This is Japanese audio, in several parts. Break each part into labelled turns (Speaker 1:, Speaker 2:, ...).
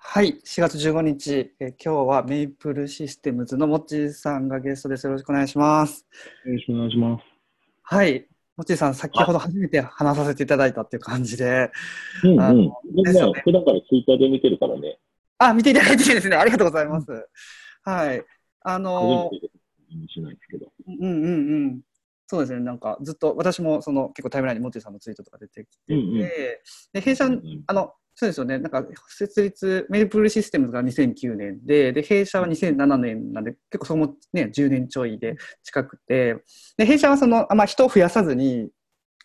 Speaker 1: はい、4月15日、えー今日はメイプルシステムズのもっちーさんがゲストです。よろしくお願いします。
Speaker 2: よろしくお願いします。
Speaker 1: はい、もっちーさん、先ほど初めて話させていただいたっていう感じで、
Speaker 2: うん
Speaker 1: あ
Speaker 2: うん。みん
Speaker 1: ですよね
Speaker 2: 普段からツイッターで見てるからね。
Speaker 1: あ、見ていただいてですね、ありがとうございます。はい、あの
Speaker 2: 初、めて気にしないですけど。
Speaker 1: うんうんうん、そうですね、なんかずっと私もその結構タイムラインにもっちーさんのツイートとか出てきて
Speaker 2: うんうん。
Speaker 1: で、で弊社
Speaker 2: うん
Speaker 1: あの、そうですよね。なんか、設立、メイプルシステムズが2009年で、で、弊社は2007年なんで、結構そのね、10年ちょいで近くて、で、弊社はその、あんま人を増やさずに、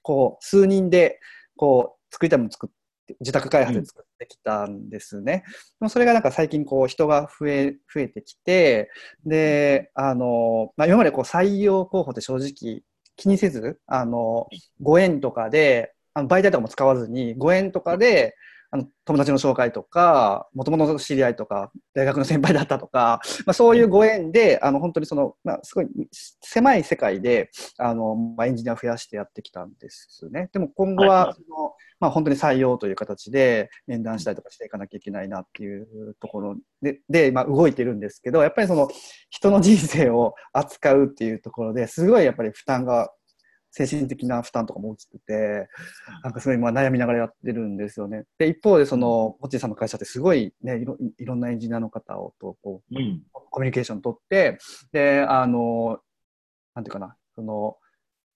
Speaker 1: こう、数人で、こう、作りたいもの作って、自宅開発で作ってきたんですね。でもそれがなんか最近、こう、人が増え、増えてきて、で、あの、まあ、今までこう、採用候補って正直、気にせず、あの、ご縁とかで、あの媒体とかも使わずに、ご縁とかで、あの友達の紹介とか、もともとの知り合いとか、大学の先輩だったとか、まあ、そういうご縁で、あの本当にその、まあ、すごい狭い世界であの、まあ、エンジニアを増やしてやってきたんですね。でも今後
Speaker 2: はいは
Speaker 1: はいその、まあ、本当に採用という形で面談したりとかしていかなきゃいけないなっていうところでで、まあ、動いてるんですけど、やっぱりその人の人生を扱うっていうところですごいやっぱり負担が精神的な負担とかも大きくてなんかすごいまあ悩みながらやってるんですよね。で一方でそのモッチーさんの会社ってすごいねいろいろんなエンジニアの方をとこう
Speaker 2: うん。
Speaker 1: コミュニケーション取ってであのなんていうかなその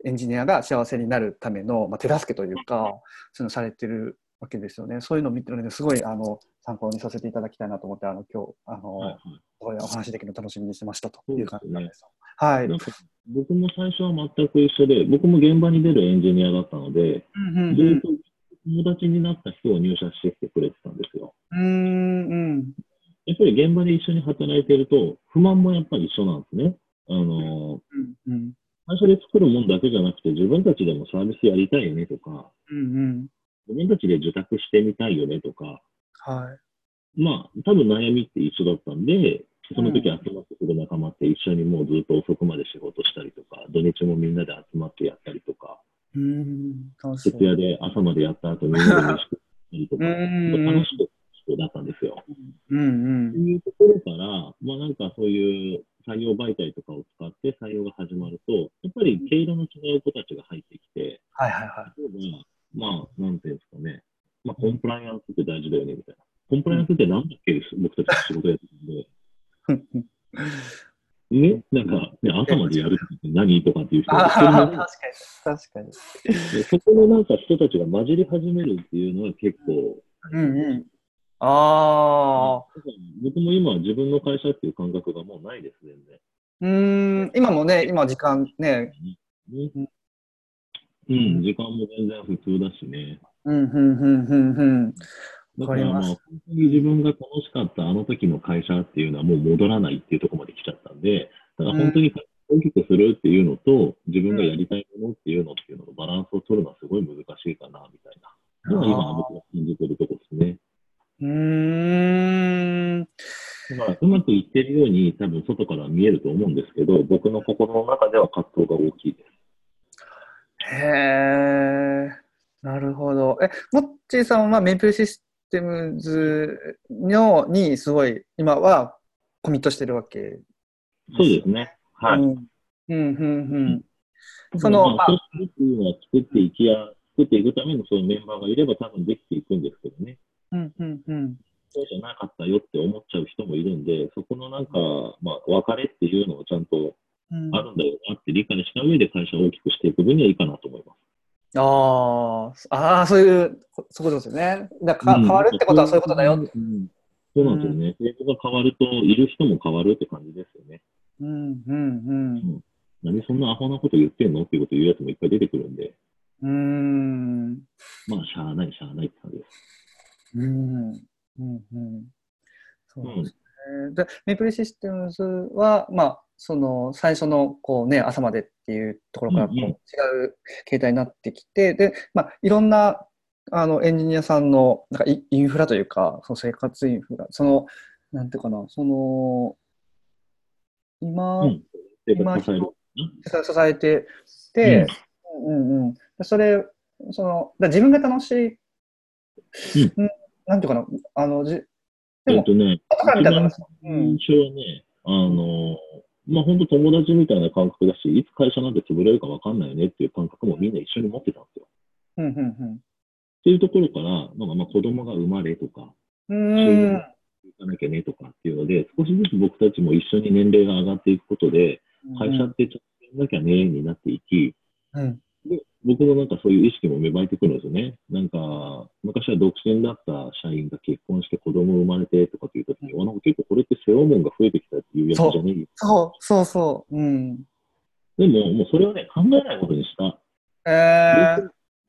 Speaker 1: エンジニアが幸せになるための、まあ、手助けというかそういうのされてるわけですよね。そういうのを見てるのですごいあの参考にさせていただきたいなと思ってあの今日あの、
Speaker 2: はいはい
Speaker 1: これお話しできるの楽しみにしてましたと
Speaker 2: そう
Speaker 1: い
Speaker 2: ですね
Speaker 1: う感じなんですよ。はい。う
Speaker 2: なんんか僕も最初は全く一緒で、僕も現場に出るエンジニアだったので、
Speaker 1: う
Speaker 2: ず
Speaker 1: んうん
Speaker 2: っと友達になった人を入社してきてくれてたんですよ。
Speaker 1: うんうん
Speaker 2: やっぱり現場で一緒に働いてると、不満もやっぱり一緒なんですね。あのー、
Speaker 1: うんうん
Speaker 2: 会社で作るもんだけじゃなくて、自分たちでもサービスやりたいよねとか、
Speaker 1: うんうん
Speaker 2: 自分たちで受託してみたいよねとか、
Speaker 1: はい。
Speaker 2: まあ、多分悩みって一緒だったんで、その時集まってくる仲間って一緒にもうずっと遅くまで仕事したりとか、土日もみんなで集まってやったりとか、
Speaker 1: うん楽し
Speaker 2: 徹
Speaker 1: そう。
Speaker 2: 夜で朝までやった後みんなで飯食ったりとか、
Speaker 1: う
Speaker 2: や
Speaker 1: ん
Speaker 2: っ
Speaker 1: うんうん
Speaker 2: ぱ楽しくそうだったんですよ。
Speaker 1: うん
Speaker 2: と
Speaker 1: うん
Speaker 2: いうところから、まあなんかそういう採用媒体とかを使って採用が始まると、やっぱり毛色の違う子たちが入ってきて、
Speaker 1: はいはいは
Speaker 2: 例えば、まあ、なんていうんですかね、まあコンプライアンスって大事だよねみたいな。コンプライアンスってなんだっけ、僕たち仕事やってるんで、
Speaker 1: い。
Speaker 2: ね、なんか、ね、朝までやるって何とかっていう人
Speaker 1: あ
Speaker 2: が
Speaker 1: あ
Speaker 2: 一人
Speaker 1: 確か
Speaker 2: もい
Speaker 1: に
Speaker 2: な
Speaker 1: 確かに。
Speaker 2: いでそこのなんか人たちが混じり始めるっていうのは結構、
Speaker 1: うんうん。ああ。
Speaker 2: 僕も今は自分の会社っていう感覚がもうないです、全然。
Speaker 1: うん今もね今時間ね。
Speaker 2: ね
Speaker 1: うん
Speaker 2: うん、時間も全然普通だしね。
Speaker 1: うんうんうんうんうん。
Speaker 2: だ
Speaker 1: わか
Speaker 2: か
Speaker 1: り
Speaker 2: ら、
Speaker 1: ま
Speaker 2: まあ、
Speaker 1: す
Speaker 2: 本当に自分が楽しかったあの時の会社っていうのはもう戻らないっていうところまで来ちゃったんで、だから本当に大きくするっていうのと、自分がやりたいものっていうのっていうののバランスを取るのはすごい難しいかな、みたいな。のは今、僕が感じてるとこですね。
Speaker 1: うん。
Speaker 2: まあ、うまくいってるように、多分外からは見えると思うんですけど、僕の心の中では葛藤が大きいです。
Speaker 1: へえ、なるほど。え、モッチーさんはまあメイプルシステムズのにすごい今はコミットしてるわけ。
Speaker 2: そうですね。はい。
Speaker 1: うん、うん、うん、うん。そ
Speaker 2: ま
Speaker 1: の、
Speaker 2: あ
Speaker 1: まあ、
Speaker 2: そうするっていうのは作っていきや、作っていくためのそのメンバーがいれば多分できていくんですけどね。
Speaker 1: うん、うん、うん。
Speaker 2: そうじゃなかったよって思っちゃう人もいるんで、そこのなんか、まあ、別れっていうのをちゃんと
Speaker 1: うん
Speaker 2: あるんだよなって理解した上で会社を大きくしていく分にはいいかなと思います。
Speaker 1: あーあー、そういう、そこですよね。だからか変わるってことはそういうことだよ。
Speaker 2: うんそうなんですよね。制度が変わると、いる人も変わるって感じですよね。
Speaker 1: うん、うん、
Speaker 2: 何そんなアホなこと言ってんのっていうこと言うやつもいっぱい出てくるんで、
Speaker 1: うん。うん。
Speaker 2: まあ、しゃあない、しゃあないって感じで
Speaker 1: う
Speaker 2: す。
Speaker 1: ん、うん、うん。そう
Speaker 2: う
Speaker 1: です
Speaker 2: ん。
Speaker 1: ねで、メイプルシステムズは、まあ、その最初のこう、ね、朝までっていうところからこう
Speaker 2: うんうん
Speaker 1: 違う形態になってきて、でまあ、いろんなあのエンジニアさんのなんかイインフラというかその生活インフラそのなんていうかなその今、
Speaker 2: うん制度
Speaker 1: 今
Speaker 2: 支える。
Speaker 1: 支えてて、うんうんうん、それそのだ自分が楽しい、
Speaker 2: う
Speaker 1: うん、なんていうかなあのじでも
Speaker 2: えっとね、
Speaker 1: 後から見たら
Speaker 2: 一番最初はね、あの、まあ、本当友達みたいな感覚だし、いつ会社なんて潰れるかわかんないよねっていう感覚もみんな一緒に持ってたんですよ。
Speaker 1: うんうん
Speaker 2: っていうところから、なんかまあ子供が生まれとか、
Speaker 1: うん。うーん。
Speaker 2: 行かなきゃねとかっていうので、少しずつ僕たちも一緒に年齢が上がっていくことで、会社ってちょっとやんなきゃねになっていき、
Speaker 1: うん。
Speaker 2: で僕もなんかそういう意識も芽生えてくるんですよね。なんか、昔は独身だった社員が結婚して子供生まれてとかっていう時に、
Speaker 1: う
Speaker 2: あなんか結構これって背負うもんが増えてきたっていうやつじゃねえよ
Speaker 1: そう、そうそう。うん。
Speaker 2: でも、もうそれはね、考えないことにした。
Speaker 1: えー、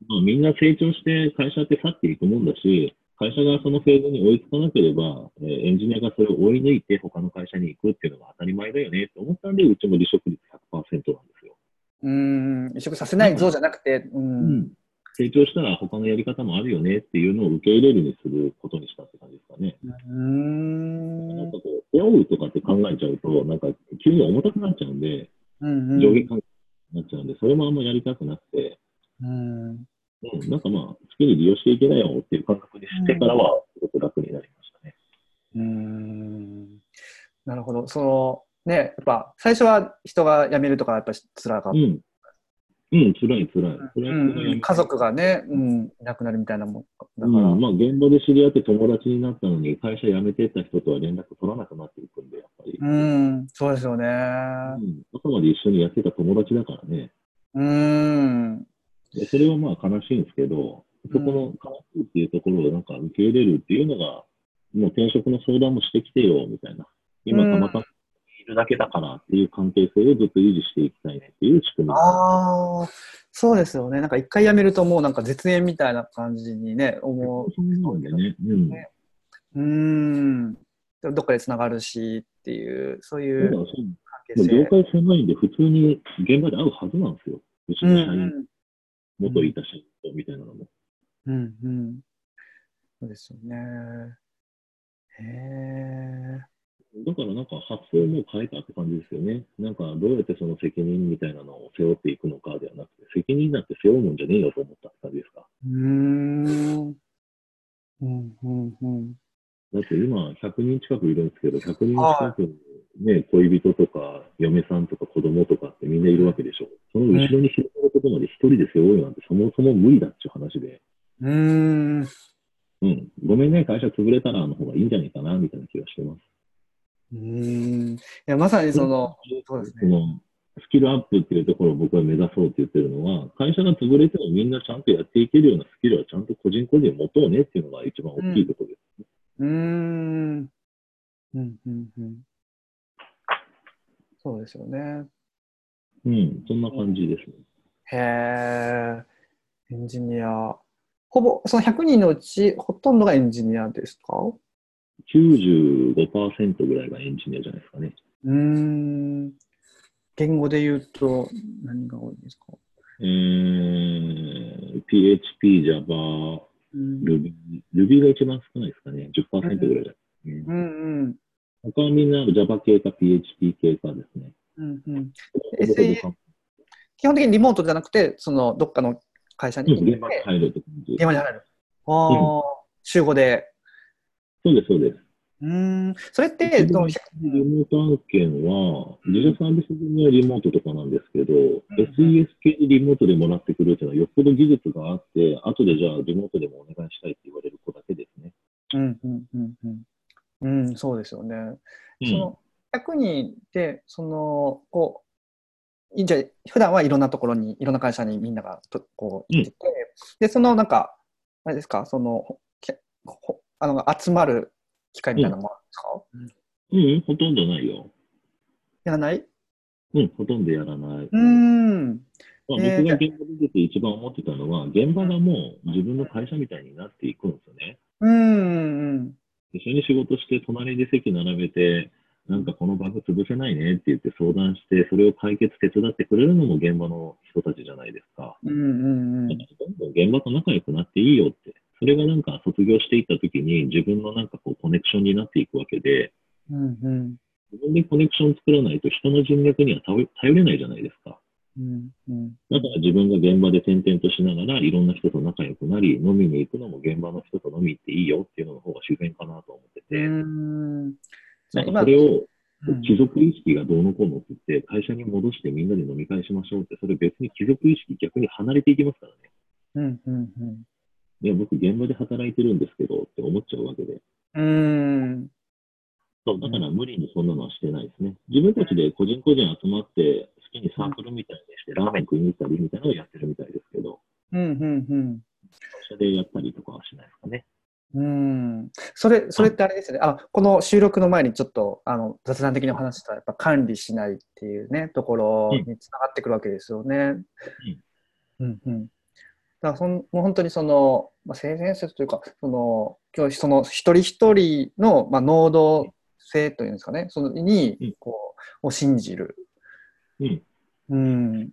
Speaker 2: まあ、みんな成長して会社って去っていくもんだし、会社がそのフェーズに追いつかなければ、えーエンジニアがそれを追い抜いて他の会社に行くっていうのが当たり前だよねって思ったんで、うちも離職率100%なんですよ。
Speaker 1: うん。移植させない像じゃなくて、うん。
Speaker 2: 成長したら他のやり方もあるよねっていうのを受け入れるにすることにしたって感じですかね。
Speaker 1: うん。う
Speaker 2: なんんかこう、背負うとかって考えちゃうと、なんか急に重たくなっちゃうんで、
Speaker 1: うん。
Speaker 2: 上下関係になっちゃうんで、それもあんまやりたくなくて、
Speaker 1: うん。
Speaker 2: うん、なんかまあ、好きに利用していけないよっていう感覚にしてからは、すごく楽になりましたね。
Speaker 1: うーんなるほど。その、ね、やっぱ、最初は人が辞めるとか、やっぱし辛かっ
Speaker 2: うん。うん、辛い辛い。そ
Speaker 1: た。
Speaker 2: れ
Speaker 1: う
Speaker 2: は
Speaker 1: ん
Speaker 2: それは
Speaker 1: 家族がね、うん、いなくなるみたいなもんだ
Speaker 2: うん
Speaker 1: から。
Speaker 2: まあ、現場で知り合って友達になったのに、会社辞めてった人とは連絡取らなくなっていくんで、やっぱり。
Speaker 1: うん、そうですよね。
Speaker 2: うん朝まで一緒にやってた友達だからね。
Speaker 1: うーん。
Speaker 2: でそれはまあ悲しいんですけど、そこの悲しいっていうところをなんか受け入れるっていうのが、もう転職の相談もしてきてよ、みたいな。今
Speaker 1: うん
Speaker 2: たまたまいるだけだからっていう関係性をずっと維持していきたいねっていう仕組み。
Speaker 1: ああ、そうですよね。なんか一回辞めるともうなんか絶縁みたいな感じにね、思
Speaker 2: そうなんだよね。うん。
Speaker 1: ねう。うーん。でもどっかでつながるしっていう、そうい
Speaker 2: だ
Speaker 1: う
Speaker 2: から
Speaker 1: 関
Speaker 2: そう
Speaker 1: 係性。
Speaker 2: 業界狭いんで、普通に現場で会うはずなんですよ。うち
Speaker 1: うん
Speaker 2: の社員、
Speaker 1: ん
Speaker 2: 元いた社員とみたいなのも。
Speaker 1: うんうん。そうですよね。へえ。
Speaker 2: だからなんか発想も変えたって感じですよね。なんかどうやってその責任みたいなのを背負っていくのかではなくて、責任なんて背負うもんじゃねえよと思ったって感じですか。
Speaker 1: うーん。うんうんうん。
Speaker 2: だって今100人近くいるんですけど、100人
Speaker 1: は
Speaker 2: 近くにね、恋人とか嫁さんとか子供とかってみんないるわけでしょ。その後ろに広がることまで一人で背負うなんてそもそも無理だっていう話で、
Speaker 1: うーん。
Speaker 2: うん、ごめんね、会社潰れたらの方がいいんじゃないかなみたいな気がしてます。
Speaker 1: うーん。いや、まさにその、そうです
Speaker 2: そ
Speaker 1: ね。
Speaker 2: のスキルアップっていうところを僕は目指そうって言ってるのは、会社が潰れてもみんなちゃんとやっていけるようなスキルはちゃんと個人個人持とうねっていうのが一番大きいところです。
Speaker 1: うーん。うんうんうん。そうですよね。
Speaker 2: うん、そんな感じですね。
Speaker 1: へえ。エンジニア。ほぼ、その100人のうち、ほとんどがエンジニアですか
Speaker 2: 95%ぐらいがエンジニアじゃないですかね。
Speaker 1: うーん。言語で言うと何が多いですか
Speaker 2: えー、PHP、Java、
Speaker 1: うん。
Speaker 2: Ruby。Ruby が一番少ないですかね。10%ぐらいだ、うん
Speaker 1: うんうん。
Speaker 2: 他はみんな Java 系か PHP 系かですね。
Speaker 1: うんうん、
Speaker 2: ほぼほぼ完
Speaker 1: 基本的にリモートじゃなくて、そのどっかの会社に行っ
Speaker 2: 璧
Speaker 1: て、
Speaker 2: に現場に入るって感じ
Speaker 1: 現。場に入る。ああ、週5で。
Speaker 2: そうです、そうです。
Speaker 1: うーん、それっ
Speaker 2: う
Speaker 1: て、
Speaker 2: ん
Speaker 1: どう
Speaker 2: リモート案件は、自社サービス分にはリモートとかなんですけど、SES 系でリモートでもらってくるっていうのは、よっぽど技術があって、後でじゃあリモートでもお願いしたいって言われる子だけですね。
Speaker 1: うんうんうんうん。うん、そうですよね。そ
Speaker 2: うん
Speaker 1: の100人で、その、こう、いじゃあ普段はいろんなところに、いろんな会社にみんながとこう行ってて、で、そのなんか、あれですか、その、ほきほあの集まる機会みたいなのもあるんですか、
Speaker 2: うん、ほとんどないよ。
Speaker 1: やらない
Speaker 2: うん、ほとんどやらない。
Speaker 1: うーん。
Speaker 2: まあ、僕
Speaker 1: えー
Speaker 2: が現場で出て一番思ってたのは、現場がもう自分の会社みたいになっていくんですよね。
Speaker 1: うーん。
Speaker 2: 一緒に仕事して、隣で席並べて、なんかこのバグ潰せないねって言って相談して、それを解決手伝ってくれるのも現場の人たちじゃないですか。
Speaker 1: うんうんうん。
Speaker 2: どんどん現場と仲良くなっていいよって。それがなんか卒業していった時に自分のなんかこうコネクションになっていくわけで、
Speaker 1: うんうん。
Speaker 2: 自分でコネクション作らないと人の人脈には頼頼れないじゃないですか。
Speaker 1: ううんうん
Speaker 2: だから自分が現場で転々としながら、いろんな人と仲良くなり、飲みに行くのも現場の人と飲み行っていいよっていうのの方が自然かなと思ってて、
Speaker 1: うん
Speaker 2: なんかそれを
Speaker 1: うん
Speaker 2: 貴族意識がどうのこうのって言って、会社に戻してみんなで飲み会しましょうって、それ別に貴族意識逆に離れていきますからね。
Speaker 1: うんうんうん
Speaker 2: いや、僕現場で働いてるんですけどって思っちゃうわけで。
Speaker 1: うん
Speaker 2: そう、だから無理にそんなのはしてないですね。自分たちで個人個人集まって、好きにサークルみたいにして、ラーメン食いに行ったりみたいなのをやってるみたいですけど、
Speaker 1: うんうん
Speaker 2: 会社でやったりとかはしないですかね。
Speaker 1: うんうんそれそれってあれですよね、あこの収録の前にちょっとあの雑談的にお話したやっぱ管理しないっていうねところにつながってくるわけですよね。うんうん、だからそんもう本当にその、まあ、性善説というかその今日その一人一人の、まあ、能動性というんですかねその
Speaker 2: う
Speaker 1: に
Speaker 2: ん
Speaker 1: こうを信じる
Speaker 2: うん。
Speaker 1: うん、っ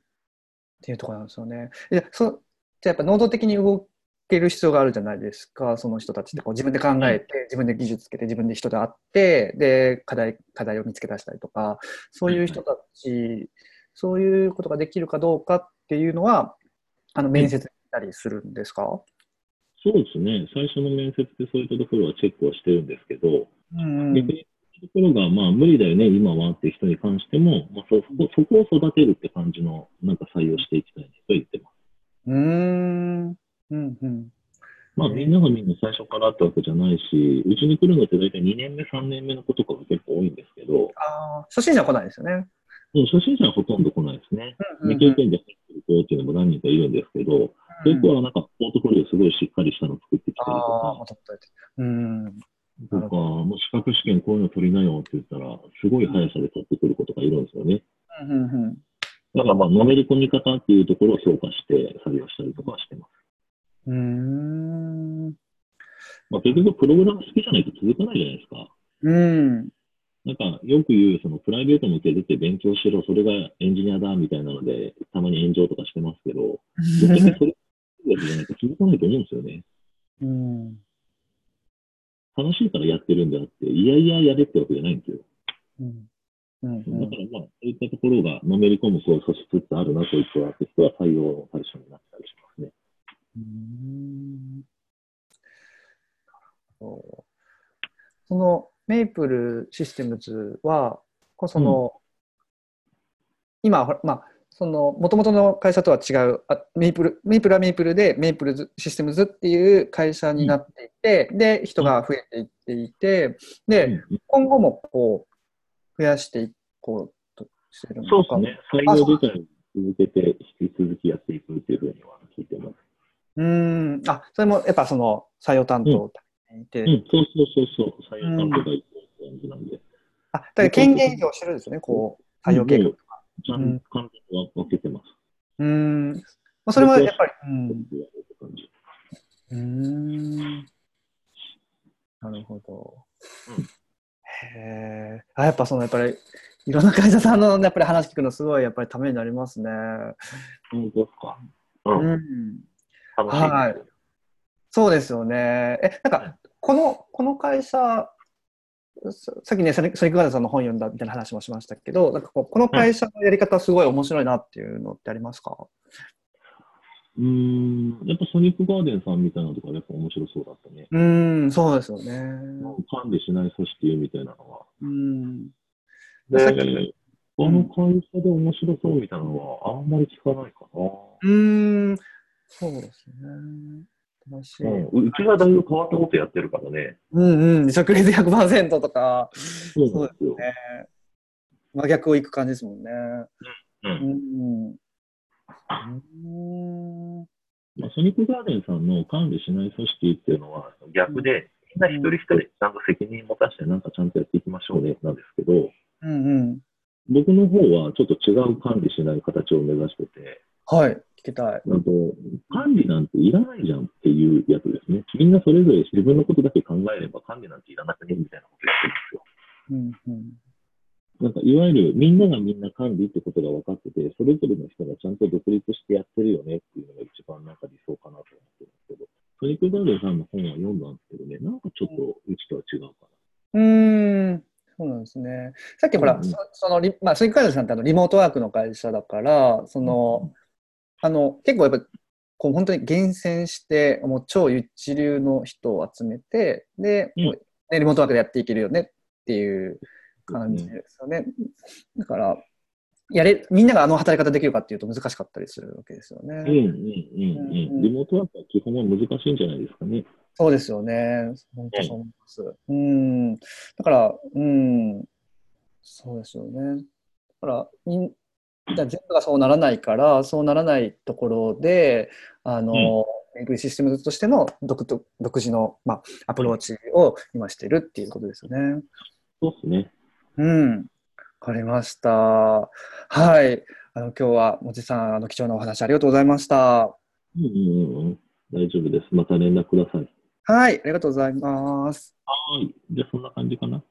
Speaker 1: ていうところなんですよね。いやそじゃあやっぱ能動的に動ける必要があるじゃないですか、その人たちってこう自分で考えて、自分で技術つけて、自分で人と会って、で課題課題を見つけ出したりとか、そういう人たち、そういうことができるかどうかっていうのは、あの面接行ったりするんですか、
Speaker 2: そうですね。最初の面接でそういったところはチェックはしてるんですけど、
Speaker 1: うん
Speaker 2: 逆に、ところが、まあ、無理だよね、今はっていう人に関しても、まあ、そそこそこを育てるって感じの、なんか採用していきたいねと言ってます。
Speaker 1: うんうんうん
Speaker 2: まあ、みんながみんな最初からってわけじゃないし、うちに来るのって大体2年目、3年目の子とかが結構多いんですけど、
Speaker 1: あー初心者は来ないですよね。
Speaker 2: でも初心者はほとんど来ないですね。未経験で入ってる子っていうのも何人かいるんですけど、そういう子はなんか、ポートフォリオすごいしっかりしたの作ってきたりと
Speaker 1: ああ、
Speaker 2: か
Speaker 1: も、っとっといて。うん
Speaker 2: とか、もう資格試験こういうの取りなよって言ったら、すごい速さで取ってくる子とかいるんですよね。
Speaker 1: うんうんうん
Speaker 2: だからまあ、のめり込み方っていうところを評価して作業したりとかはしてます。
Speaker 1: うーん。
Speaker 2: まあ、結局、プログラム好きじゃないと続かないじゃないですか。
Speaker 1: うん。
Speaker 2: なんか、よく言う、その、プライベート向け出て勉強しろ、それがエンジニアだ、みたいなので、たまに炎上とかしてますけど、結局それ、じゃないと続かないと思うんですよね。
Speaker 1: うん。
Speaker 2: 楽しいからやってるんであって、いやいややれってわけじゃないんですよ。
Speaker 1: うん。うん
Speaker 2: だからまあ、そういったところが、のめり込む子を阻止つつあるな、こいつはって人は採用の対象になったりしますね。
Speaker 1: うん。なるほどその、メイプルシステムズは、こうその、今、ほらまあ、その、もともとの会社とは違う、あメイプル、メイプルはメイプルで、メイプルズシステムズっていう会社になっていて、で、人が増えていっていて、で、
Speaker 2: うん
Speaker 1: 今後もこう増やしていこうとしてるの
Speaker 2: そうで
Speaker 1: か
Speaker 2: すね。採用自体を続けて、引き続きやっていくっていうふうには聞いてます。
Speaker 1: うーんあそれもやっぱその採用担当にいて、
Speaker 2: うん、そうそうそうそう、採用担当がいってる感じなんで。
Speaker 1: あだから権限移譲してるんですよねこう採用計画
Speaker 2: もうちゃんと完全に分けてます。
Speaker 1: うーん、まあ、それもやっぱりうん
Speaker 2: 僕はこういう感じ
Speaker 1: うーんなるほど、
Speaker 2: うん
Speaker 1: へえあやっぱそのやっぱりいろんな会社さんのやっぱり話聞くのすごいやっぱりためになりますね。
Speaker 2: 本当ですか。う、
Speaker 1: うんん
Speaker 2: 楽しいです。
Speaker 1: はいそうですよね。え、なんか、この、この会社、ささっきね、ソニソニックガーデンさんの本読んだみたいな話もしましたけど、なんかこうこの会社のやり方すごい面白いなっていうのってありますか、
Speaker 2: うーん、やっぱソニックガーデンさんみたいなのとかやっぱ面白そうだったね。
Speaker 1: うーん、そうですよね。
Speaker 2: もう管理しない組織みたいなのは。
Speaker 1: うん。
Speaker 2: で
Speaker 1: さっき
Speaker 2: 他の会社で面白そうみたいなのはあんまり聞かないかな。
Speaker 1: うーん、そうですね。楽しい。
Speaker 2: う、
Speaker 1: うん
Speaker 2: うちがだいぶ変わったことやってるからね。
Speaker 1: んうん、着率100%とか、
Speaker 2: そうなんですよ。
Speaker 1: ね、真逆をいく感じですもんね。
Speaker 2: う
Speaker 1: うんん。うん。
Speaker 2: まあ、ソニックガーデンさんの管理しない組織っていうのは逆で、みんな一人一人ちゃんと責任持たせてなんかちゃんとやっていきましょうねなんですけど、
Speaker 1: うんうん。
Speaker 2: 僕の方はちょっと違う管理しない形を目指してて、
Speaker 1: はい、聞きたい。
Speaker 2: あの管理なんていらないじゃんっていうやつですね。みんなそれぞれ自分のことだけ考えれば管理なんていらなくねみたいなことやってるんですよ。
Speaker 1: うんうん。
Speaker 2: なんかいわゆるみんながみんな管理ってことが分かってて、それぞれの人がちゃんと独立してやってるよねっていうのが一番なんか理想かなと思ってるんですけど、ソニック・ガーデンさんの本は読んだんですけどね、なんかちょっとうちとは違うか
Speaker 1: うーん、そうなんですですね。さっきほら、
Speaker 2: うん
Speaker 1: そそのリ、まあ、スイカイドさんってあのリモートワークの会社だから、その、あの、結構やっぱ、こう本当に厳選して、もう超一流の人を集めて、で、
Speaker 2: うん
Speaker 1: もうねリモートワークでやっていけるよねっていう感じ
Speaker 2: ね
Speaker 1: ですよね。だから、やれ、みんながあの働き方できるかっていうと難しかったりするわけですよね。
Speaker 2: うんうんうん
Speaker 1: うんう
Speaker 2: うんん。リモートワークは基本は難しいんじゃないですかね。
Speaker 1: そうですよね。本当そう思います。うん。だから、うん。そうですよね。だから、みんじゃあ全部がそうならないから、そうならないところで、あの、エンクリシステムとしての独特独自の、まあ、アプローチを今してるっていうことですよね。
Speaker 2: そうですね。
Speaker 1: うん。わかりました。はい。あの、今日は、もちさん、あの、貴重なお話ありがとうございました。
Speaker 2: うんうんうんうん。大丈夫です。また連絡ください。
Speaker 1: はい。ありがとうございます。
Speaker 2: はい。じゃあそんな感じかな。